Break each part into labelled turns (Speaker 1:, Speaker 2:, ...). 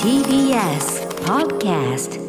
Speaker 1: TBS Podcast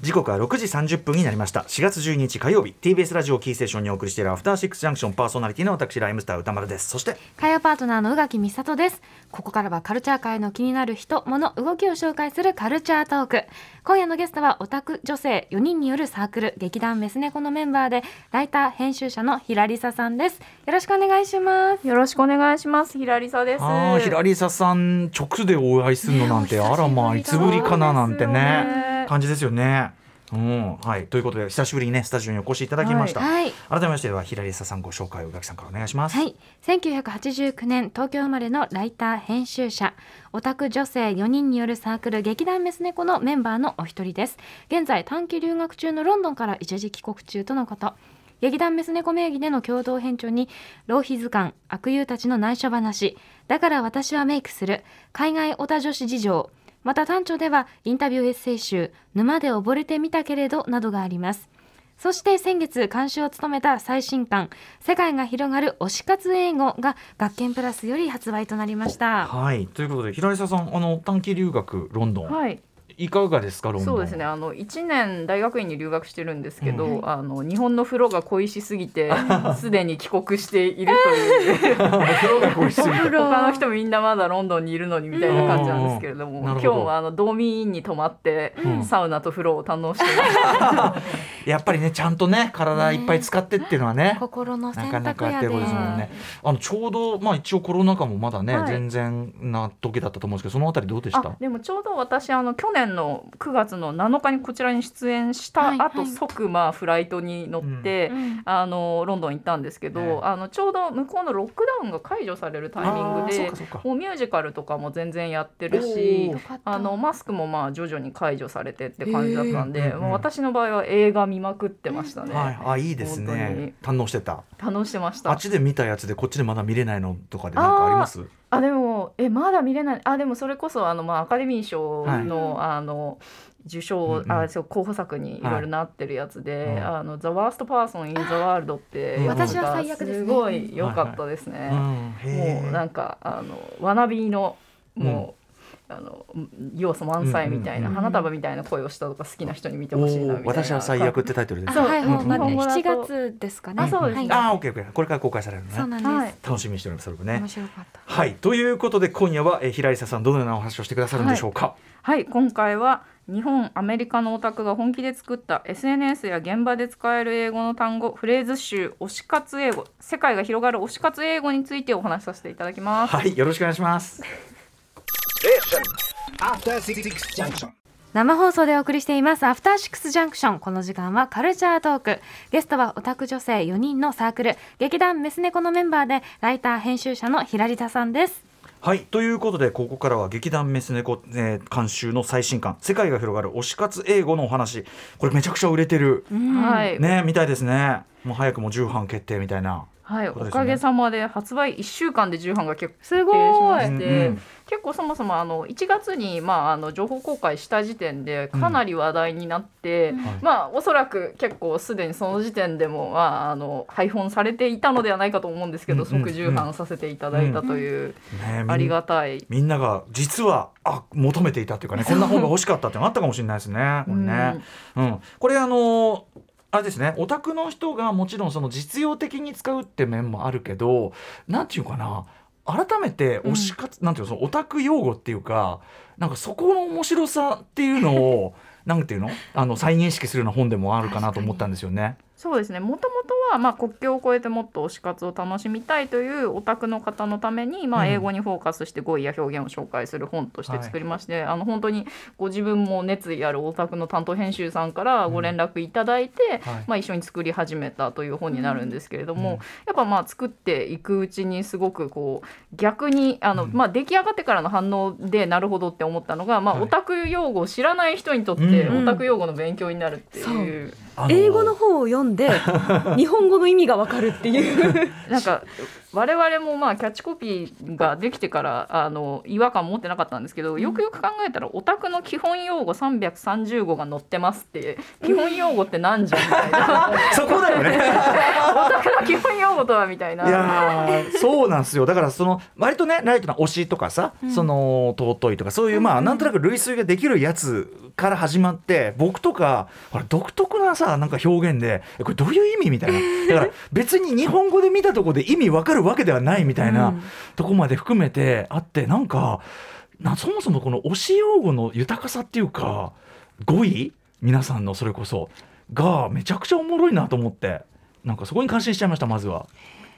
Speaker 2: 時刻は6時30分になりました4月12日火曜日 TBS ラジオキーステーションにお送りしているアフターシックスジャンクションパーソナリティの私ライムスター歌丸ですそして
Speaker 3: 火曜パートナーの宇垣美里ですここからはカルチャー界の気になる人物動きを紹介するカルチャートーク今夜のゲストはオタク女性4人によるサークル劇団メス猫のメンバーでライター編集者のひらりささんですよろしくお願いします
Speaker 4: よろしくお願いします。ひらりさです。
Speaker 2: ああひらりささん直でお会いするのなんて、あらまあいつぶりかななんてね感じですよね。うんはい、ということで久しぶりにねスタジオにお越しいただきました、
Speaker 3: はいはい
Speaker 2: 改めましてではひらりささんご紹介を宇垣さんからお願いします。
Speaker 3: はい1989年東京生まれのライター編集者オタク女性4人によるサークル劇団メス猫のメンバーのお一人です現在短期留学中のロンドンから一時帰国中とのこと劇団メス猫名義での共同編著に浪費図鑑悪友たちの内緒話だから私はメイクする海外オタ女子事情また短調ではインタビューエッセイ集沼で溺れてみたけれどなどがありますそして先月監修を務めた最新刊「世界が広がる推し活英語」が学研プラスより発売となりました。
Speaker 2: はいということでひらりささんあの短期留学ロンドン、
Speaker 4: はい、
Speaker 2: い、かがですかロンドン
Speaker 4: そうです ね。あの一年大学院に留学してるんですけど、
Speaker 2: う
Speaker 4: あの日本の風呂が恋しすぎて、 すでに帰国しているという。
Speaker 2: 心が 恋しすぎて
Speaker 4: 他の人みんなまだロンドンにいるのにみたいな感じなんですけれども、
Speaker 2: うんなる
Speaker 4: 今
Speaker 2: ほ
Speaker 4: 日
Speaker 2: ど
Speaker 4: はあのドーミーインに泊まって、
Speaker 2: うん
Speaker 4: サウナと風呂を堪能していました。
Speaker 2: やっぱりねちゃんとね体いっぱい使ってっていうのはね
Speaker 3: 心の
Speaker 2: な
Speaker 3: 選
Speaker 2: かな
Speaker 3: 択
Speaker 2: かっ
Speaker 3: や
Speaker 2: てい
Speaker 3: で
Speaker 2: うことですもんね。あのちょうどまあ一応コロナ禍もまだね、
Speaker 4: はい
Speaker 2: 全然な時だったと思うんですけどそのあたりどうでした
Speaker 4: あ？でもちょうど私あの去年の9月の7日にこちらに出演した
Speaker 3: はい
Speaker 4: 後、
Speaker 3: はい
Speaker 4: 即まあフライトに乗って、
Speaker 3: うん
Speaker 4: あのロンドン行ったんですけど、
Speaker 2: ええ
Speaker 4: あのちょうど向こうのロックダウンが解除されるタイミング
Speaker 2: あーそう
Speaker 4: で
Speaker 2: かそうか。
Speaker 4: もうミュージカルとかも全然やってる
Speaker 2: お
Speaker 4: し
Speaker 2: ー
Speaker 3: よかった
Speaker 4: あのマスクもまあ徐々に解除されてって感じだったんで、
Speaker 2: へー
Speaker 4: まあ私の場合は映画見まくってましたね、
Speaker 2: はい、あいいですね。堪能してた。
Speaker 4: 楽しんでまし
Speaker 2: あ
Speaker 4: た
Speaker 2: っちで見たやつでこっちでまだ見れないのとかでなんかあります？
Speaker 4: あでもえまだ見れないあでもそれこそあの、まあ、アカデミー賞の,、あの受賞、
Speaker 2: うんうん
Speaker 4: あそう候補作にいろいろなってるやつで「
Speaker 2: はいうん
Speaker 4: あのザ・ワースト・パーソン・イン・ザ・ワールド」って
Speaker 2: うん
Speaker 4: やつが
Speaker 2: 私は
Speaker 3: 最悪ですね
Speaker 4: すごい良かったですね。
Speaker 2: うん、へ
Speaker 4: もう
Speaker 2: え。
Speaker 4: なんかあのわなびのもう、あの要素満載みたいな、
Speaker 2: うん
Speaker 4: 花束みたいな声をしたとか好きな人に見て
Speaker 2: お
Speaker 4: ほしいなみた
Speaker 2: ー
Speaker 4: いな
Speaker 2: 私は最悪ってタイトルで
Speaker 3: あ
Speaker 2: す。
Speaker 4: そう
Speaker 3: はい、
Speaker 2: うん
Speaker 3: もう待って
Speaker 4: 日本語だと
Speaker 3: 7月ですかね。
Speaker 4: あそうですね
Speaker 3: はい
Speaker 2: あー、オッケーオッケー。これから公開されるの
Speaker 3: そう
Speaker 2: ね。
Speaker 3: なんです。
Speaker 4: はい
Speaker 2: 楽しみにしておりますそれもね
Speaker 3: 面。白かった。
Speaker 2: はい、ということで今夜は、えー、平井さんどのようなお話をしてくださるんでしょうか。
Speaker 4: はい今回は日本アメリカのオタクが本気で作った SNS や現場で使える英語の単語フレーズ集推し活英語世界が広がる推し活英語についてお話しさせていただきます。
Speaker 2: はい、よろしくお願いします。
Speaker 5: After Six Junction.
Speaker 3: 生放送でお送りしていますアフターシックスジャンクションこの時間はカルチャートークゲストはオタク女性4人のサークル劇団メス猫のメンバーでライター編集者のひらりたさんです
Speaker 2: はいということでここからは劇団メス猫、えー、監修の最新刊「世界が広がる推し活英語」のお話これめちゃくちゃ売れてる、
Speaker 4: はい、
Speaker 2: ねみたいですねもう早くも重版決定みたいな
Speaker 4: はい、お
Speaker 2: そうですね
Speaker 4: かげさまで発売1週間で重版が決定
Speaker 3: す
Speaker 4: し
Speaker 3: ごい
Speaker 4: まし
Speaker 2: う
Speaker 4: て、
Speaker 2: んうん
Speaker 4: 結構そもそもあの1月に、まあ、あの情報公開した時点でかなり話題になっ
Speaker 2: は
Speaker 4: て、
Speaker 2: い
Speaker 4: まあ、おそらく結構すでにその時点でも、まあ、あの配本されていたのではないかと思うんですけど、
Speaker 2: うんうん
Speaker 4: 即重版させていただいたという、
Speaker 2: ねみん
Speaker 4: ありがたい。
Speaker 2: みんなが実はあ求めていたっていうかねこんな本が欲しかったっていうのがあったかもしれないですね。これねうん、これあのーあれですねオタクの人がもちろんその実用的に使うって面もあるけどなんていうかな改めて推し活、なんていうのそのオタク用語っていうかなんかそこの面白さっていうの をなんていうのあの再認識するような本でもあるかなと思ったんですよね。
Speaker 4: そうですねもともとは、まあ、国境を越えてもっと推し活を楽しみたいというオタクの方のために、ま
Speaker 2: う
Speaker 4: あ、
Speaker 2: ん
Speaker 4: 英語にフォーカスして語彙や表現を紹介する本とし
Speaker 2: は
Speaker 4: て
Speaker 2: い
Speaker 4: 作りまして、あの本当にご自分も熱意あるオタクの担当編集さんからご連絡いただいて、
Speaker 2: はい
Speaker 4: まあ、一緒に作り始めたという本になるんですけれど
Speaker 2: う
Speaker 4: も、
Speaker 2: ん
Speaker 4: やっぱまあ作っていくうちにすごくこう逆にあの、
Speaker 2: うん
Speaker 4: まあ、出来上がってからの反応でなるほどって思ったのが、まあ、
Speaker 2: はい
Speaker 4: オタク用語を知らない人にとって
Speaker 2: うん
Speaker 4: オタク用語の勉強になるっていう。
Speaker 2: あー
Speaker 6: 英語の方を読んで日本語の意味がわかるっていう
Speaker 4: なんか我々もまあキャッチコピーができてからあの違和感持ってなかったんですけどよくよく考えたらオタクの基本用語330語が載ってますって基本用語って何じゃみた いな
Speaker 2: そこだよね
Speaker 4: オタクの基本用語とはみたい
Speaker 2: い
Speaker 4: な。
Speaker 2: やーそうなんですよだからその割とねライトな推しとかさ、その尊いとかそういうまあなんとなく類推ができるやつから始まって僕とかあれ独特なさなんか表現でえこれどういう意味みたいなだから別に日本語で見たところで意味わかるわけではないみたいなとこまで含めてあってなんかなそもそもこの推し用語の豊かさっていうか語彙皆さんのそれこそがめちゃくちゃおもろいなと思ってなんかそこに感心しちゃいましたまずは。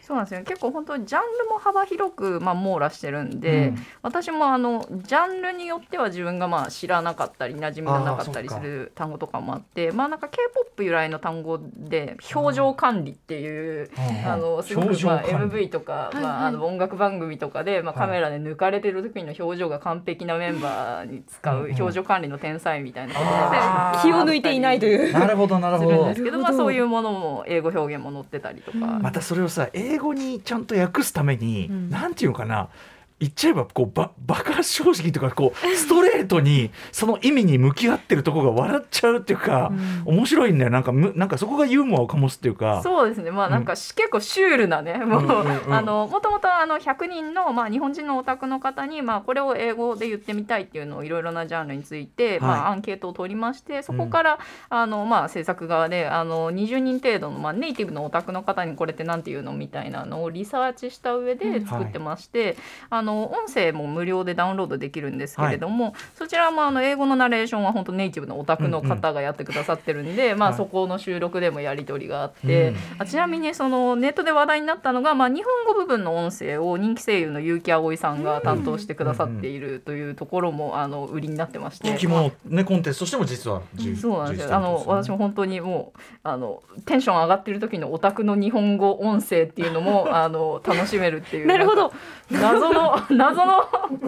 Speaker 4: そうなんですよ結構本当にジャンルも幅広く、まあ、網羅してるんで、
Speaker 2: うん
Speaker 4: 私もあのジャンルによっては自分がまあ知らなかったり馴染みがなかったり
Speaker 2: あーそっか
Speaker 4: する単語とかもあってまあなんか k p o p 由来の単語で表情管理っていう。あのすごくまあ MV とか、
Speaker 3: はい
Speaker 4: まあ、あの音楽番組とかで、まあ、
Speaker 2: はい
Speaker 4: カメラで抜かれてる時の表情が完璧なメンバーに使
Speaker 2: う
Speaker 4: うん表情管理の天才みたいなことで
Speaker 2: あー
Speaker 6: 気を抜いていないという。
Speaker 2: なるほどなる
Speaker 4: す
Speaker 2: ほ
Speaker 4: るん
Speaker 2: ど
Speaker 4: で。すけど
Speaker 6: なるほど
Speaker 4: まあ、そういうものも英語表現も載ってたりとか、
Speaker 6: うん
Speaker 2: またそれをさ英語にちゃんと訳すために、
Speaker 6: うん
Speaker 2: なんていうのかな言っちゃえばこうばバカ正直とかこ うストレートにその意味に向き合ってるとこが笑っちゃうっていうか、面白いんだよなんかむなんかそこがユーモアを醸すっていうか。
Speaker 4: そうですねまあなんかし、結構シュールなねもう、
Speaker 2: うんうんうん
Speaker 4: あのもともとあの100人の、まあ、日本人のお宅の方に、まあ、これを英語で言ってみたいっていうのをいろいろなジャンルについて、まあ、アンケートを取りましてそこから、あのまあ、制作側であの20人程度の、まあ、ネイティブのお宅の方にこれってなんていうのみたいなのをリサーチした上で作ってまして、あの音声も無料でダウンロードできるんですけれども、そちらもあの英語のナレーションは本当ネイティブのお宅の方がやってくださってるんで、ま
Speaker 2: は
Speaker 4: あ、
Speaker 2: い
Speaker 4: そこの収録でもやり取りがあって。
Speaker 2: うん
Speaker 4: あちなみにそのネットで話題になったのが、まあ、日本語部分の音声を人気声優の結城葵さんが担当してくださっているというところもあの売りになってまして。
Speaker 2: 時もねコンテンツとしても実は重
Speaker 4: そうなんです
Speaker 2: 重視されて
Speaker 4: よ。あ
Speaker 2: ますよね
Speaker 4: の私も本当にもうあのテンション上がってる時のオタクの日本語音声っていうのもあの楽しめるっていう。
Speaker 6: なるほど。
Speaker 4: なんか謎の 謎の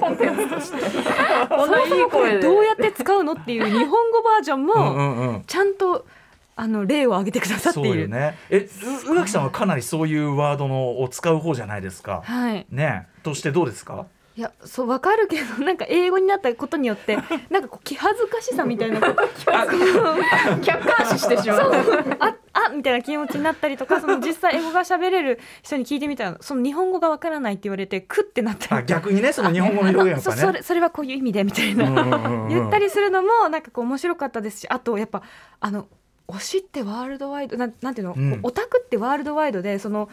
Speaker 4: コンテンツとして。こんないい声で。
Speaker 6: どうやって使うのっていう日本語バージョン
Speaker 2: うんう
Speaker 6: も
Speaker 2: んうん
Speaker 6: ちゃんとあの例を挙げてくださって
Speaker 2: そう
Speaker 6: い
Speaker 2: よ
Speaker 6: る。
Speaker 2: ね。えう宇垣さんはかなりそういうワードのを使う方じゃないですか。
Speaker 6: はい。
Speaker 2: ねとしてどうですか。
Speaker 6: いやそうわかるけどなんか英語になったことによ ってなんかこう気恥ずかしさみたいな こう
Speaker 4: 客観視してしまう。
Speaker 6: ああみたいな気持ちになったりと かその実際英語が喋れる人に聞いてみたらその日本語がわからないって言われてクってなった
Speaker 2: あ
Speaker 6: り
Speaker 2: 逆にねその日本語の表現
Speaker 6: そ
Speaker 2: やっぱ
Speaker 6: そ
Speaker 2: ね。
Speaker 6: れそれはこういう意味でみたいな、
Speaker 2: 言
Speaker 6: 言ったりするのもなんかこう面白かったですしあとやっぱあの推しってワールドワイドなんなんていうの、
Speaker 2: うん
Speaker 6: オタクってワールドワイドでその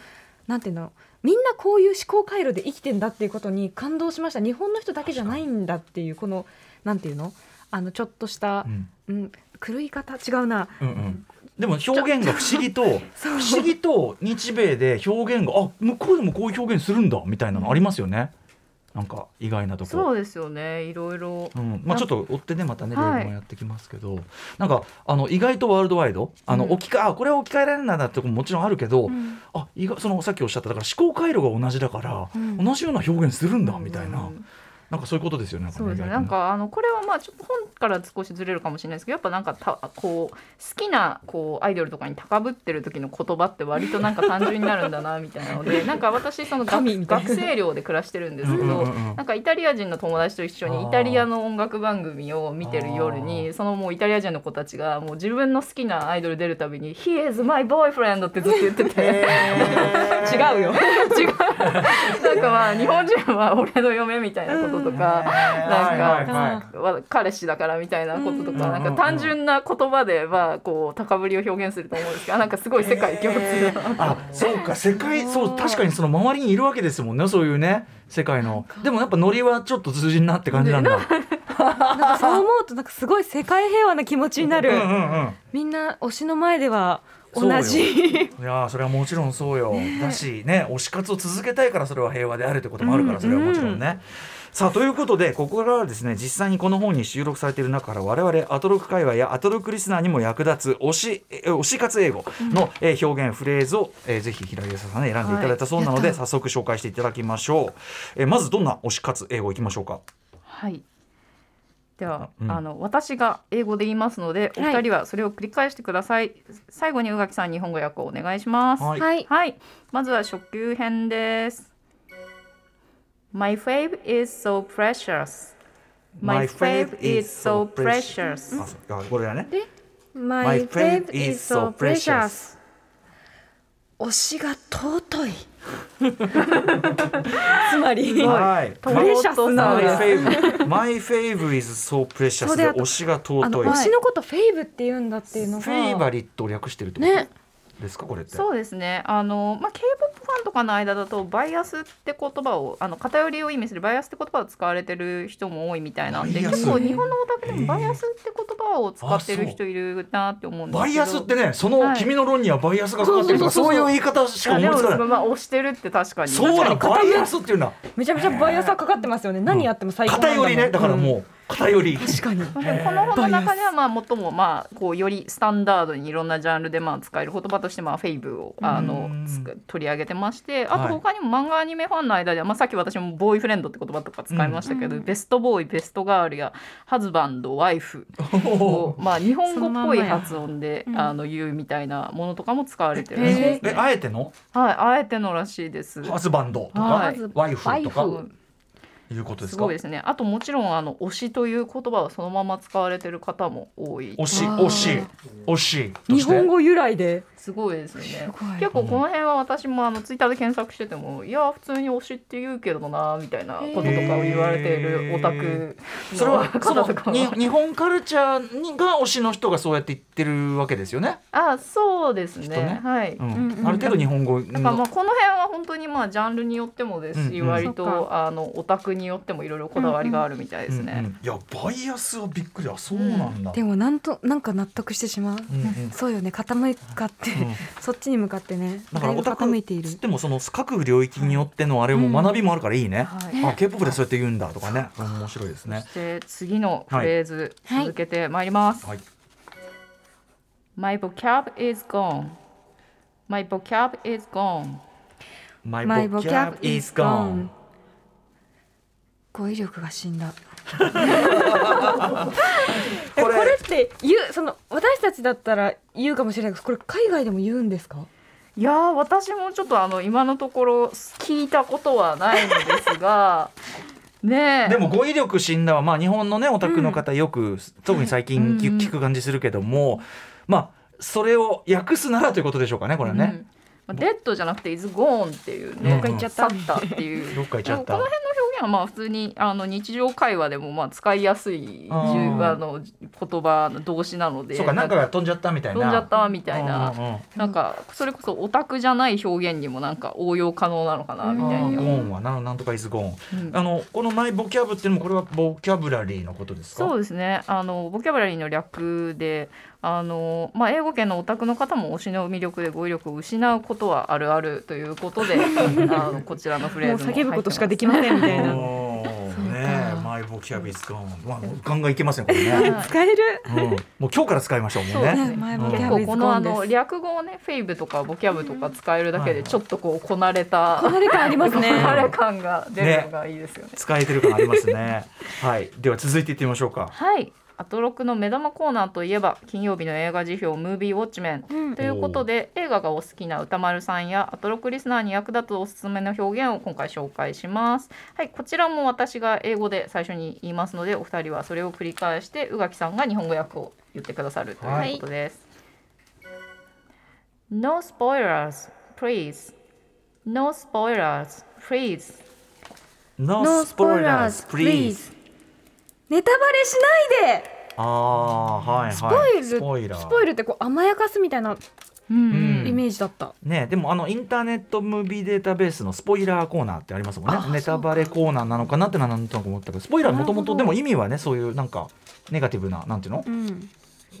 Speaker 6: なんていうのみんなこういう思考回路で生きてんだっていうことに感動しました日本の人だけじゃないんだっていうこのなんていうのあのちょっとした、うん、狂い方違うな
Speaker 2: うんうんでも表現が不思議と不
Speaker 6: そう
Speaker 2: 思議と日米で表現があ向こうでもこういう表現するんだみたいなのありますよね、なんか意外なとこ
Speaker 4: そうですよね。いろいろ。
Speaker 2: うんまあ、ちょっと追ってねまたね、
Speaker 4: は
Speaker 2: 例
Speaker 4: い
Speaker 2: もやってきますけどなんかあの意外とワールドワイドあの、
Speaker 4: うん
Speaker 2: 置きかあこれは置き換えられないなってとこももちろんあるけど、あ意外そのさっきおっしゃっただから思考回路が同じだから、
Speaker 6: うん
Speaker 2: 同じような表現するんだみたいな、
Speaker 4: うん
Speaker 2: なんかそういうことですよね。なんか
Speaker 4: そ
Speaker 2: ね
Speaker 4: うです
Speaker 2: 意
Speaker 4: ね。な
Speaker 2: 外
Speaker 4: ん
Speaker 2: とね
Speaker 4: かあのこれはまあちょっと本から少しずれるかもしれないですけど、やっぱなんかたこう好きなこうアイドルとかに高ぶってる時の言葉って割となんか単純になるんだなみたいなので、なんか私その
Speaker 6: 神
Speaker 4: 学
Speaker 6: みたいな
Speaker 4: 学生寮で暮らしてるんですけど。
Speaker 2: うんうんうん
Speaker 4: なんかイタリア人の友達と一緒
Speaker 2: あー
Speaker 4: にイタリアの音楽番組を見てる夜
Speaker 2: あ
Speaker 4: にそのもうイタリア人の子たちがもう自分の好きなアイドル出るたびに「He is my boyfriend」ってずっと言ってて
Speaker 6: 違うよ
Speaker 4: 違うなんかまあ日本人は俺の嫁みたいなこととか、なんか、
Speaker 2: はいはいはい
Speaker 4: わ彼氏だからみたいなこととか、
Speaker 2: うん
Speaker 4: なんか単純な言葉でまあこう高ぶりを表現すると思うんですけどなんかすごい世界共通な、
Speaker 2: あそうか世界そう確かにその周りにいるわけですもんねそういうね世界のでもやっぱノリはちょっと通じんなって感じなんだ、
Speaker 6: なんかそう思うとなんかすごい世界平和な気持ちにな
Speaker 2: う
Speaker 6: る、
Speaker 2: んうんうん
Speaker 6: みんな推しの前では同
Speaker 2: そう
Speaker 6: じ
Speaker 2: いやーそれはもちろんそうよ、だしね推し活を続けたいからそれは平和であるということもあるからそれはもちろんね。さあということでここからはですね実際にこの本に収録されている中から我々アトロク界隈やアトロクリスナーにも役立つ推しえ推し活英語の、えー表現フレーズを、えーぜひ平井さんに選んでいただいたそうなので、早速紹介していただきましょう、えーまずどんな推し活英語いきましょうか
Speaker 4: はいでは、
Speaker 2: うん
Speaker 4: あの私が英語で言いますのでお二人はそれを繰り返してください、最後に宇垣さん日本語訳をお願いします
Speaker 2: はい
Speaker 4: はい、まずは初級編です My fave is so precious. My fave is so precious.
Speaker 2: あそうあこれだね
Speaker 6: My
Speaker 2: fave is so precious
Speaker 6: 推しが尊いつまり
Speaker 2: はい
Speaker 4: プレシャスなの
Speaker 2: My
Speaker 4: よ
Speaker 2: fave My fave is so precious
Speaker 6: そう
Speaker 2: で
Speaker 6: で
Speaker 2: 推しが
Speaker 6: あの
Speaker 2: 尊い
Speaker 6: 推しのことフェイブって言うんだっていうのが
Speaker 2: フェイバリットを略してるってこ
Speaker 6: ね
Speaker 2: とですかこれって
Speaker 4: そうですね。あのまあ K-pop ファンとかの間だとバイアスって言葉をあの偏りを意味するバイアスって言葉を使われてる人も多いみたいなん
Speaker 2: バ
Speaker 4: で、
Speaker 2: イアス
Speaker 4: 結構日本のオタクで
Speaker 2: えー
Speaker 4: もバイアスって言葉を使ってる人いるなって思うんです
Speaker 2: バ
Speaker 4: けど。
Speaker 2: イアスってねその
Speaker 4: はい
Speaker 2: 君の論にはバイアスがかかってるとか
Speaker 6: そう
Speaker 2: そ
Speaker 6: そううそうそう
Speaker 2: いう言い方し
Speaker 4: い
Speaker 2: か
Speaker 4: や
Speaker 2: 思い
Speaker 4: でも
Speaker 2: つかない
Speaker 4: まあ押してるって確かに。
Speaker 2: そうなのバイアスっていうのは
Speaker 6: めちゃめちゃバイアスはかかってますよね何やっても最高なんだ
Speaker 2: 偏
Speaker 6: もん
Speaker 2: りねだからもう偏り
Speaker 6: うん確かに
Speaker 4: まあでもこの本の中ではまあ最もまあこうよりスタンダードにいろんなジャンルでまあ使える言葉としてまあフェイブをあの
Speaker 2: うん
Speaker 4: つく取り上げてまして
Speaker 2: は
Speaker 4: あ
Speaker 2: い
Speaker 4: と他にも漫画アニメファンの間ではまあさっき私もボーイフレンドって言葉とか使いましたけど
Speaker 3: うん
Speaker 4: ベストボーイベストガールやハズバンドワイフをまあ日本語っぽい発音で
Speaker 3: そのまんまや
Speaker 4: あの言うみたいなものとかも使われてるらしいで
Speaker 6: え
Speaker 4: す
Speaker 2: え
Speaker 4: ね。
Speaker 2: あえての
Speaker 4: はいあえてのらしいです。
Speaker 2: ハズバンドとか
Speaker 4: はい
Speaker 2: ワイフと
Speaker 6: ワイ
Speaker 2: か
Speaker 6: フ
Speaker 2: いうことです
Speaker 4: す
Speaker 2: か
Speaker 4: ごいですね。あともちろんあの推しという言葉をそのまま使われてる方も多い。
Speaker 2: 推し
Speaker 6: あー
Speaker 2: 推し推しと
Speaker 6: 日
Speaker 2: して
Speaker 6: 本語由来です
Speaker 4: ごいですよね。
Speaker 6: ごい
Speaker 4: 結構この辺は私もあのツイッターで検索しててもいや普通に推しって言うけどなみたいなこととかを言われているオタク
Speaker 2: それは
Speaker 4: の
Speaker 2: そ
Speaker 4: 方とか
Speaker 2: のに
Speaker 4: は
Speaker 2: 日本カルチャーにが推しの人がそうやって言ってるわけですよね。
Speaker 4: あそうですね
Speaker 2: きっとね
Speaker 4: はい、
Speaker 2: うん
Speaker 3: うんうん
Speaker 2: ある程度日本語
Speaker 4: なんかま
Speaker 2: の
Speaker 4: あこの辺は本当にまあジャンルによってもですし、
Speaker 2: うんうん
Speaker 4: 割
Speaker 3: そっ
Speaker 4: とあのオタクによってもいろいろこだわりがあるみたいですね。
Speaker 2: うんうんいやバイアスはびっくりあそうなんだ。
Speaker 6: でもなんとなんか納得してしま
Speaker 2: う
Speaker 6: う、
Speaker 2: んうん
Speaker 6: そうよね傾かって、
Speaker 2: うん
Speaker 6: そっちに向かってね
Speaker 2: だから
Speaker 6: だい
Speaker 2: オ
Speaker 6: ぶ
Speaker 2: タク
Speaker 6: 傾いている
Speaker 2: つってもその各領域によってのあれも学びもあるからいいね。
Speaker 4: はい
Speaker 2: あ K-POP でそうやって言うんだとかね。うん面白いですね
Speaker 4: そ。して次のフレーズ続けてまいります。
Speaker 2: はい。
Speaker 4: My vocab is gone. My vocab is gone.
Speaker 2: My
Speaker 6: My
Speaker 2: vocab
Speaker 6: vocab
Speaker 2: is
Speaker 6: is
Speaker 2: gone
Speaker 6: gone。語彙力が死 んだえ
Speaker 2: こ
Speaker 6: こ
Speaker 2: れ
Speaker 6: れって言うその私たちだったら言うかもしれないけどこれ海外でも言うんですか
Speaker 4: いやー私もちょっとあの今のところ聞いたことはないのですが ねえ
Speaker 2: でも語彙力死んだはまあ日本のねオタクの方よく、特に最近聞,、聞く感じするけどもまあそれを訳すならということでしょうかねこれはね、
Speaker 4: うんまあ、デッドじゃなくて「is gone」っていうね
Speaker 2: どっか行っちゃ
Speaker 4: ったったっていう
Speaker 2: どっか行っちゃった
Speaker 4: でもこの辺の表現はまあ普通にあの日常会話でもまあ使いやすい
Speaker 2: あー
Speaker 4: あの言葉の動詞なので
Speaker 2: そうかなんかが飛んじゃったみたいな
Speaker 4: 飛んじゃったみたいな。
Speaker 2: うんうんうん
Speaker 4: なんかそれこそオタクじゃない表現にもなんか応用可能なのかなみたい
Speaker 2: あーゴ。
Speaker 4: な
Speaker 2: ーンはななんとかイズゴーン、
Speaker 4: うん
Speaker 2: あのこのマイボキャブっていうのもこれはボキャブラリーのことですか
Speaker 4: そう
Speaker 2: う
Speaker 4: ですねあのボキャブラリーの略であの、まあ、英語圏のオタクの方も推しの魅力で語彙力を失うことはあるあるということであのこちらのフレ
Speaker 6: も
Speaker 4: ー
Speaker 6: う
Speaker 4: ズも
Speaker 6: 叫ぶことしかで
Speaker 4: き
Speaker 6: きませんみたいな
Speaker 2: ねえマイボキャブイズゴーン、まあ、ガンガンいけますねこれね、
Speaker 4: はい
Speaker 6: 使える
Speaker 2: うん、もう今日から使いましょうもう
Speaker 4: そう
Speaker 2: ね
Speaker 4: ね
Speaker 6: 前
Speaker 2: うん
Speaker 6: も
Speaker 4: 結
Speaker 2: ボ
Speaker 4: 構このあの略語をねフェイブとかボキャブとか使えるだけ
Speaker 2: う
Speaker 4: で
Speaker 2: ん
Speaker 4: ちょっとこうこなれた、
Speaker 6: 誰かありますね
Speaker 4: こなれ 感が出るのがいいですよね。
Speaker 2: 使えてる感ありますねはいでは続いていってみましょう か
Speaker 4: はいアトロクの目玉コーナーといえば金曜日の映画辞表「ムービーウォッチメン」ということで映画がお好きな歌丸さんやアトロクリスナーに役立つおすすめの表現を今回紹介します。はい、こちらも私が英語で最初に言いますのでお二人はそれを繰り返して宇垣さんが日本語訳を言ってくださるということです。No spoilers, please. No spoilers, please.
Speaker 2: No
Speaker 1: No
Speaker 2: spoilers,
Speaker 1: spoilers,
Speaker 2: please.
Speaker 1: please.
Speaker 6: ネタバレしないで
Speaker 2: ああー、はいはい。ス
Speaker 6: スポイル
Speaker 2: ラー
Speaker 6: スポイルってこう甘やかすみたいな
Speaker 4: う
Speaker 2: うん
Speaker 6: イメージだった、
Speaker 2: ね、でもあのインターネットムービーデータベースのスポイラーコーナーってありますもんねネタバレコーナーなのかなってのはなんとなく思ったけどスポイラーもともとでも意味はねそういうなんかネガティブななんていうの
Speaker 6: うん、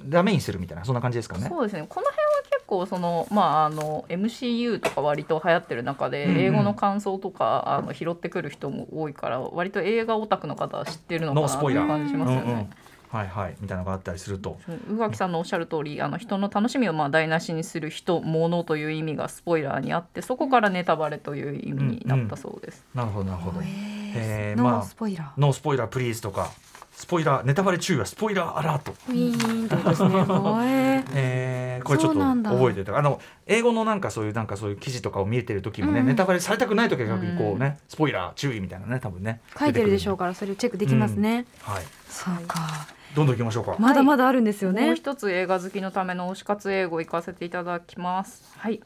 Speaker 2: ダメにするみたいなそんな感じですかね
Speaker 4: そうですね。この辺は結構そのまああの MCU とか割と流行ってる中で
Speaker 2: うんうん
Speaker 4: 英語の感想とか、あの拾ってくる人も多いから割と映画オタクの方は知ってるのか
Speaker 2: ノー
Speaker 4: な
Speaker 2: ス
Speaker 4: って
Speaker 2: ポイラー
Speaker 4: 感じしますよね。
Speaker 2: うんうんはいはいみたいなのがあったりすると
Speaker 4: 宇垣さんのおっしゃる通りあの人の楽しみをまあ台無しにする人物という意味がスポイラーにあってそこからネタバレという意味になったそうです。
Speaker 2: なるほどなるほどえー
Speaker 6: ノ
Speaker 2: ま
Speaker 6: ー
Speaker 2: あ
Speaker 6: スポイラー
Speaker 2: ノースポイラープリーズとかスポイラーネタバレ注意はスポイラーアラート。
Speaker 3: ウィーンってことですね。怖え。
Speaker 2: えー、これちょっと
Speaker 3: そうなんだ
Speaker 2: 覚えてたあの英語のなんかそういうなんかそういう記事とかを見えてる時もね、
Speaker 3: うん
Speaker 2: ネタバレされたくない時は逆にこうね、スポイラー注意みたいなね多分ね
Speaker 3: 書いてるでしょう
Speaker 2: う
Speaker 3: からそれをチェックできますね。
Speaker 2: はい
Speaker 3: そうか。
Speaker 2: どんどん行きましょうか、
Speaker 6: まだまだあるんですよ
Speaker 4: もう
Speaker 6: ね。
Speaker 4: 一つ映画好きのための推し活英語行かせていただきます。はい。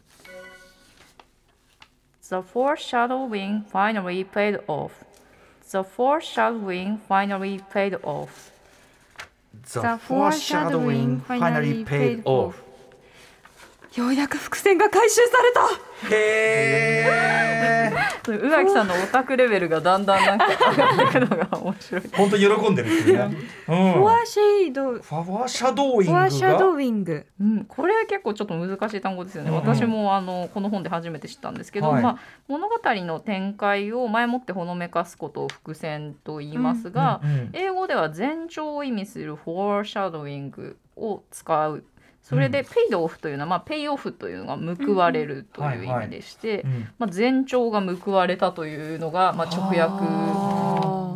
Speaker 4: The foreshadowing finally paid off. The foreshadowing finally paid off.
Speaker 2: The
Speaker 3: foreshadowing finally paid off
Speaker 6: ようやく伏線が回収された。
Speaker 2: へえ
Speaker 4: 宇垣さんのオタクレベルがだんだんなんか上がっていくのが面白い。
Speaker 2: 本当に喜んでるっていうね、うん、
Speaker 6: フォアシェイド、フ
Speaker 2: ファワーシャドーイング
Speaker 6: ォ
Speaker 2: が
Speaker 6: アシャドウィング。
Speaker 4: うん、これ結構ちょっと難しい単語ですよね、
Speaker 2: うん
Speaker 4: 私もあのこの本で初めて知ったんですけど、
Speaker 2: はい
Speaker 4: まあ、物語の展開を前もってほのめかすことを伏線と言いますが、
Speaker 2: うんうん
Speaker 4: 英語では前兆を意味するフォーシャドウィングを使うそれ
Speaker 2: う
Speaker 4: でペイドオフというのは、まあ、ペイオフというのが報われるという意味でして、
Speaker 2: うん
Speaker 4: まあ、前兆が報われたというのが、まあ、直訳
Speaker 3: あ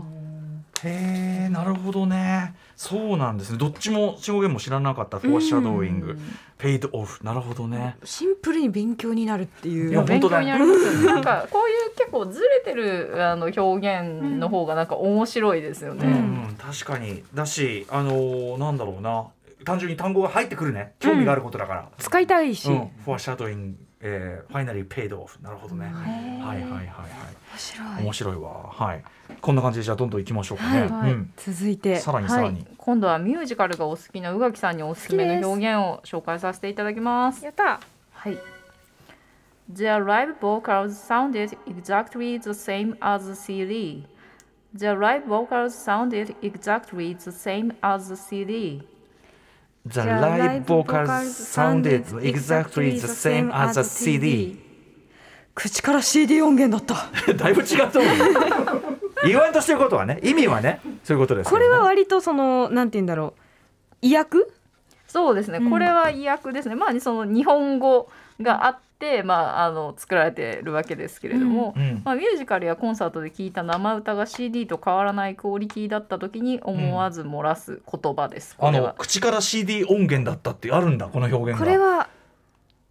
Speaker 2: へえなるほどねそうなんですねどっちも表現も知らなかったフォアシャドーイング、ペイドオフなるほどね
Speaker 6: シンプルに勉強になるってい
Speaker 2: いうや。
Speaker 4: 勉
Speaker 2: 本当
Speaker 4: 強
Speaker 2: だ
Speaker 4: になりますよね。なんかこういう結構ずれてるあの表現の方がなんか面白いですよ
Speaker 2: う
Speaker 4: ね。
Speaker 2: ん、確かにだしあのーなんだろうな単純に単語が入ってくるね興味があることだから、
Speaker 6: 使いたいし。
Speaker 2: うん
Speaker 6: 面
Speaker 2: フォアシャドイン、えー、ファイナリーペイドオフなるほどねはいはいはいは
Speaker 6: 白
Speaker 2: い
Speaker 6: い
Speaker 2: 面。白いわはいこんな感じでじゃあどんどんいきましょうかね、
Speaker 6: はい
Speaker 2: うん、
Speaker 6: 続いて。
Speaker 2: さらにさらに、
Speaker 4: はい、今度はミュージカルがお好きな宇垣さんにおすすめの表現を紹介させていただきます。
Speaker 6: やった。
Speaker 4: はい。Their live vocals sounded exactly the same as the CD. Their live vocals sounded exactly the same as the CD.
Speaker 2: The live vocals sounded exactly the same as a CD
Speaker 6: 口から CD 音源だった。
Speaker 2: だいぶ違ったもんね言わんとしてることはね意味は ねそういうことですけ
Speaker 6: こ
Speaker 2: どね
Speaker 6: れは割とそのなんて言うんだろう。意訳？
Speaker 4: そうですね、これは意訳ですね、まあ、その日本語があって、まあ、あの作られてるわけですけれども、
Speaker 2: うんうん
Speaker 4: まあ、ミュージカルやコンサートで聴いた生歌が CD と変わらないクオリティだった時に思わず漏らす言葉です、
Speaker 2: あ
Speaker 4: これ
Speaker 2: の
Speaker 4: は。
Speaker 2: 口から CD 音源だったってあるんだこの表現
Speaker 6: こ
Speaker 2: が
Speaker 6: れは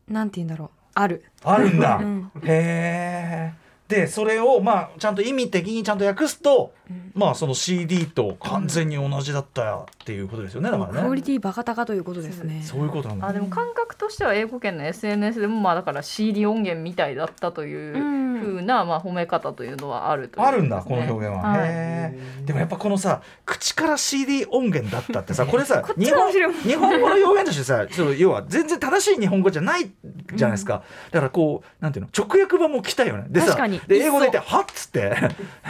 Speaker 6: なんて言うんだろう。ある。
Speaker 2: あるんだ、
Speaker 6: ん
Speaker 2: へえでそれをまあちゃんと意味的にちゃんと訳すと、まあその CD と完全に同じだったっていうことですよねだか
Speaker 6: ク
Speaker 2: ら
Speaker 6: オ
Speaker 2: ね
Speaker 6: リティバカ高ということですね。
Speaker 2: そういうことなんだ
Speaker 4: あでも感覚としては英語圏の SNS でもまあだから CD 音源みたいだったという
Speaker 3: う
Speaker 4: うんふうな、まあ、褒め方というのはあるという
Speaker 2: あるんだ
Speaker 4: です
Speaker 2: こ
Speaker 4: ね
Speaker 2: の表現は、
Speaker 4: はい
Speaker 2: へーでもやっぱこのさ口から CD 音源だったってさこれさ
Speaker 6: っち
Speaker 2: 日
Speaker 6: は
Speaker 2: 本
Speaker 6: 面白い
Speaker 2: 日本語の表現としてさそう要は全然正しい日本語じゃないじゃないですか、だからこうなんていうの直訳版も来たよねでさ
Speaker 6: 確かに
Speaker 2: で英語で言って「はっ」つって。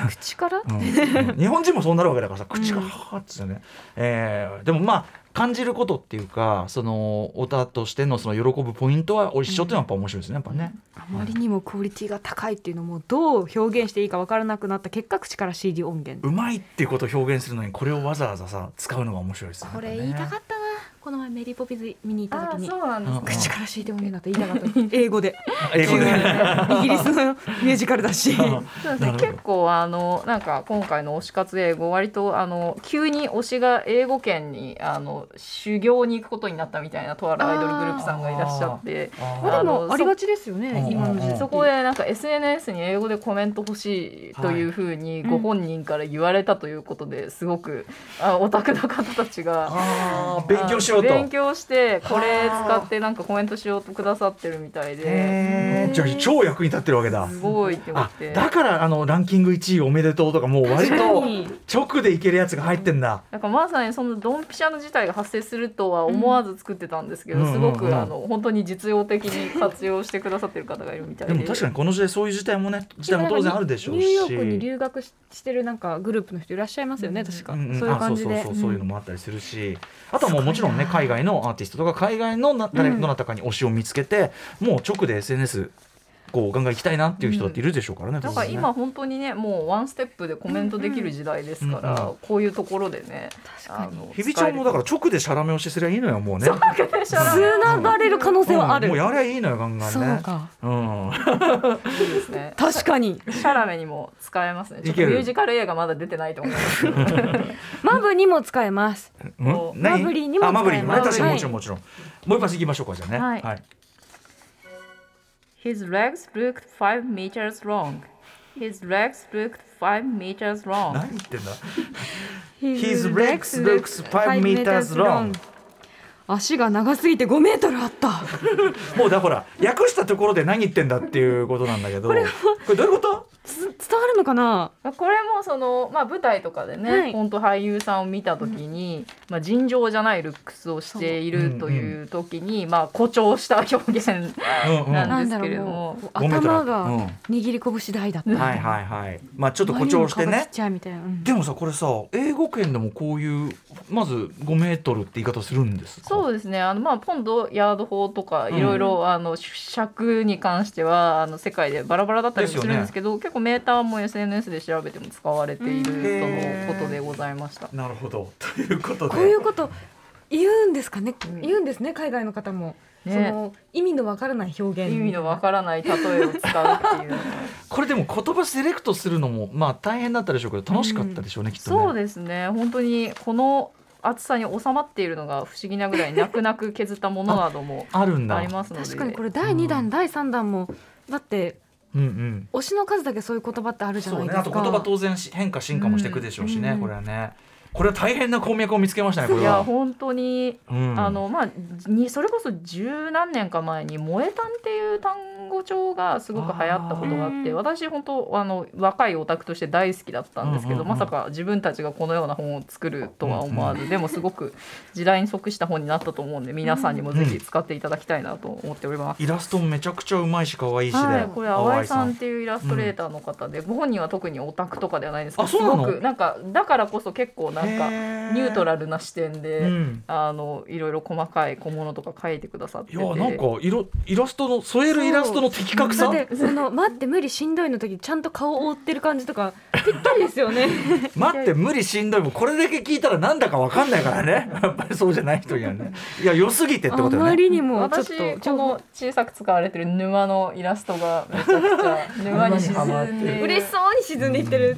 Speaker 4: 口から
Speaker 2: うん日本人もそうなるわけだからさ口がはーっつってね、えーでもまあ感じることっていうかその歌としてのその喜ぶポイントは一緒っていうのはやっぱ面白いですねやっぱね、
Speaker 6: あまりにもクオリティが高いっていうのもどう表現していいか分からなくなった結果口から CD 音源
Speaker 2: うまいっていうことを表現するのにこれをわざわざさ使うのが面白いですね
Speaker 3: これ言いたか
Speaker 2: っ
Speaker 3: ったな。この前メリーポピンズ見に行った時に。
Speaker 4: うなん
Speaker 2: ですね
Speaker 6: 口から CD 音源だった言 いたかった英語で
Speaker 2: た英語で
Speaker 6: イギリスのミュージカル だし
Speaker 4: そうですね、
Speaker 2: なるほど
Speaker 4: 結構あのなんか今回の推し活英語割とあの急に推しが英語圏にあの修行に行くことになったみたいなとあるアイドルグループさんがいらっしゃって
Speaker 2: あ
Speaker 6: まあでもありがちですよね
Speaker 2: そう
Speaker 6: 今の時代
Speaker 4: そこでなんか SNS に英語でコメント欲しいというふうにご本人から言われたということですごくあオタクの方たちが。
Speaker 2: あー勉強しろと
Speaker 4: あの勉強してこれ使ってなんかコメントしようとくださってるみたいで
Speaker 2: へーじゃあ超役に立ってるわけだ
Speaker 4: すごいって思っ
Speaker 2: あ
Speaker 4: て
Speaker 2: だからあのランキング1位おめでとうとかもう割と直でいけるやつが入ってんだ
Speaker 4: なんかまさにそのドンピシャの事態が発生するとは思わず作ってたんですけど、
Speaker 2: うん
Speaker 4: すご
Speaker 2: うんうんう
Speaker 4: く
Speaker 2: ん
Speaker 4: あの本当に実用的に活用してくださってる方がいるみたい
Speaker 2: で
Speaker 4: で。
Speaker 2: も確かにこの時代そういう時代もね時代も当然あるでしょうし
Speaker 6: ニューヨークに留学ししてるなんかグループの人いらっしゃいますよね確か
Speaker 2: んん
Speaker 6: そういう感じ
Speaker 2: あ
Speaker 6: で
Speaker 2: そうそうそうそういうのもあったりするし、あとはもうもちろんね海外のアーティストとか海外のな誰どなたかに推しを見つけて、もう直で SNS こうガンガン行きたいなっていう人だっているでしょうからね。
Speaker 4: だ
Speaker 2: 当
Speaker 4: から
Speaker 2: 然ね
Speaker 4: 今本当にねもうワンステップでコメントできる時代ですから、
Speaker 2: うんうん
Speaker 4: こういうところでねあの
Speaker 2: ひびちゃんもだから直でシャラメをしすりゃいいのよもうね。
Speaker 4: 使える
Speaker 6: 繋がれる可能性はあ
Speaker 2: うん
Speaker 6: る
Speaker 2: もうやりゃいいのよガンガンね。
Speaker 6: か
Speaker 2: うん。
Speaker 4: いいですね
Speaker 6: 確かに
Speaker 4: シャラメにも使えますねちょ
Speaker 2: い
Speaker 4: っと
Speaker 2: け
Speaker 4: ミ
Speaker 2: る
Speaker 4: ュージカル映画まだ出てないと思いますけど
Speaker 6: マブにも使えます
Speaker 2: うん
Speaker 4: う
Speaker 2: 何
Speaker 6: マブリーにも
Speaker 2: あマブリーにもね
Speaker 4: 使えま
Speaker 2: 確
Speaker 4: す
Speaker 2: かにもちろんもちろん。もう一発行きましょうかじゃあね。
Speaker 4: はい
Speaker 2: はい。
Speaker 4: His legs looked five meters long His legs looked five meters long
Speaker 2: 何言ってんだ。His legs looks five meters long
Speaker 6: 足が長すぎて5メートルあった
Speaker 2: もうだほら訳したところで何言ってんだっていうことなんだけど。これどういうこと？
Speaker 6: つ伝わるのかな
Speaker 4: まあこれもその、まあ、舞台とかでね、
Speaker 6: はい
Speaker 4: 本当俳優さんを見た時に、まあ、尋常じゃないルックスをしてい
Speaker 2: そう
Speaker 4: るという時に、まあ、誇張した表現
Speaker 2: うんうん。
Speaker 4: な
Speaker 2: は
Speaker 4: んですけれども、
Speaker 2: ごめんなさい
Speaker 6: 頭が握り拳代だった、
Speaker 2: いはいはい。まあちょっと誇張して
Speaker 6: あまりにも顔が
Speaker 2: ね
Speaker 6: ちっ。ちゃいみたいな、うん
Speaker 2: でもさこれさ英語圏でもこういうまず5メートルって言い方するんですか
Speaker 4: そうですねあの、まあ、ポンドヤード法とかいろいろあの尺に関してはあの世界でバラバラだったりもするんですけど結構メーターも SNS で調べても使われているとのことでございました。
Speaker 2: なるほどということで
Speaker 6: こういうこと言うんですかね、
Speaker 4: うん
Speaker 6: 言うんですね海外の方も、
Speaker 4: ね
Speaker 6: その意味のわからない表現
Speaker 4: 意味のわからない例えを使うっていうのは
Speaker 2: これでも言葉セレクトするのもまあ大変だったでしょうけど楽しかったでしょうね、きっとね
Speaker 4: そうですね本当にこの厚さに収まっているのが不思議なぐらい泣く泣く削ったものなども
Speaker 2: あるんだ
Speaker 4: ありますので
Speaker 6: 確かにこれ第2弾、第3弾もだって
Speaker 2: うんうん
Speaker 6: 推しの数だけそういう言葉ってあるじゃ
Speaker 2: そ
Speaker 6: な
Speaker 2: う
Speaker 6: い
Speaker 2: ね
Speaker 6: ですか
Speaker 2: あと言葉当然し変化進化もしていくでしょうしね、
Speaker 6: うん
Speaker 2: これはねこれは大変な鉱脈を見つけましたねこ
Speaker 4: い
Speaker 2: れ
Speaker 4: や
Speaker 2: は、
Speaker 4: 本当に
Speaker 2: うん、
Speaker 4: あのまあにそれこそ十何年か前に「萌えたん」っていう単語帳がすごく流行ったことがあっ
Speaker 6: あ
Speaker 4: て
Speaker 6: ー
Speaker 4: 私本当あの若いオタクとして大好きだったんですけど、
Speaker 2: うんうんうん
Speaker 4: まさか自分たちがこのような本を作るとは思わず、でもすごく時代に即した本になったと思うんで皆さんにもぜひ使っていただきたいなと思っております。
Speaker 2: イラストもめちゃくちゃうまいし可愛いしで、
Speaker 4: はい、これ淡井さんっていうイラストレー
Speaker 2: ト
Speaker 4: ターの方で、ご本人は特にオタクとかではないんですけど
Speaker 2: あ
Speaker 4: す
Speaker 2: そうな
Speaker 4: ご
Speaker 2: の
Speaker 4: くなんかだからこそ結構なんかニュートラルな視点で、
Speaker 2: うん
Speaker 4: あのいろいろ細かい小物とか書いてくださって
Speaker 2: い
Speaker 4: て
Speaker 2: やなんか色イラストの添えるイラストの的確さ
Speaker 6: だってその待って無理しんどいの時ちゃんと顔を覆ってる感じと かぴったりですよね
Speaker 2: 待って無理しんどいもんこれだけ聞いたらなんだかわかんないからね やっぱりそうじゃない人にはねいや良すぎてって
Speaker 6: あ
Speaker 2: ことよ
Speaker 6: ま
Speaker 2: ね
Speaker 6: りにもちょっ
Speaker 4: 私
Speaker 6: と
Speaker 4: この小さく使われてる沼のイラストがめちゃくち ゃ沼に
Speaker 2: 沼にハマっ
Speaker 4: 沈ん
Speaker 2: て
Speaker 4: で
Speaker 2: る
Speaker 6: 嬉しそうに沈んでいってる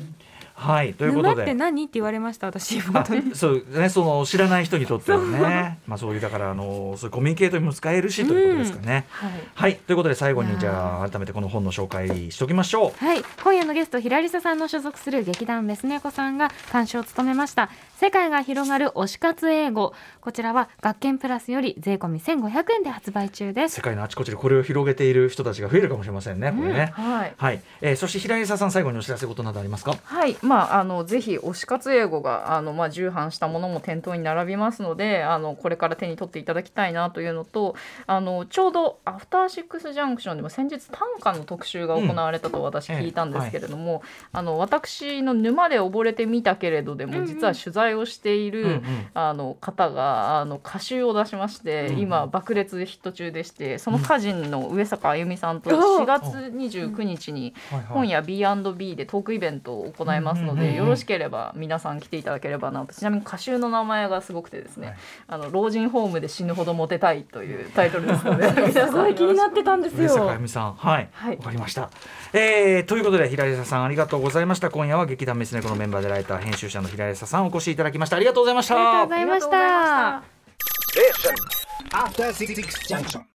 Speaker 2: はいというこ
Speaker 6: 沼
Speaker 2: と
Speaker 6: って
Speaker 2: で
Speaker 6: 何って言われまし た私本
Speaker 2: あ
Speaker 6: 当に
Speaker 2: そうねその知らない人にとってはねまあそういうだからあのそういうコミュニケートにも使えるしということですかね、
Speaker 4: はい
Speaker 2: はいということで最後にじゃあ改めてこの本の紹介しときましょう
Speaker 3: はい、今夜のゲスト平リサさんの所属する劇団メス猫さんが監修を務めました「世界が広がる推し活英語」こちらは学研プラスより税込1500円で発売中です
Speaker 2: 世界のあちこちでこれを広げている人たちが増えるかもしれませんねこれね、
Speaker 4: はい
Speaker 2: はい、えーそして平井さん最後にお知らせことなどありますか
Speaker 4: はい、まああのぜひ推し活英語があのまあ重版したものも店頭に並びますので、あのこれから手に取っていただきたいなというのと、あのちょうどアフターシックスジャンクションでも先日短歌の特集が行われたと私
Speaker 2: うん
Speaker 4: 聞いたんですけれども、あの私の沼で溺れてみたけれどでも実は取材をしている、
Speaker 2: うんうん
Speaker 4: あの方があの歌集を出しまして、
Speaker 2: うん
Speaker 4: 今爆裂ヒット中でしてその歌人の上坂あゆみさんと
Speaker 6: うん
Speaker 4: 4月29日に
Speaker 2: はいはい
Speaker 4: 今夜 B&B でトークイベントを行いますの
Speaker 2: うんうんうんう
Speaker 4: で
Speaker 2: ん
Speaker 4: よろしければ皆さん来ていただければなとちなみに歌集の名前がすごくてですね、
Speaker 2: はい
Speaker 4: あの老人ホームで死ぬほどモテたいというタイトルです の で
Speaker 6: すごい気になってたんです
Speaker 2: 上坂あ
Speaker 6: よ
Speaker 2: ゆみさん、はい、わ、
Speaker 4: はい
Speaker 2: かりました。えー、ということで、平井さん、ありがとうございました。今夜は劇団メスネコのメンバーでライター編集者の平井さん、お越しいただきました。ありがとうございました。
Speaker 3: ありがとうございました。
Speaker 5: After Six Junction.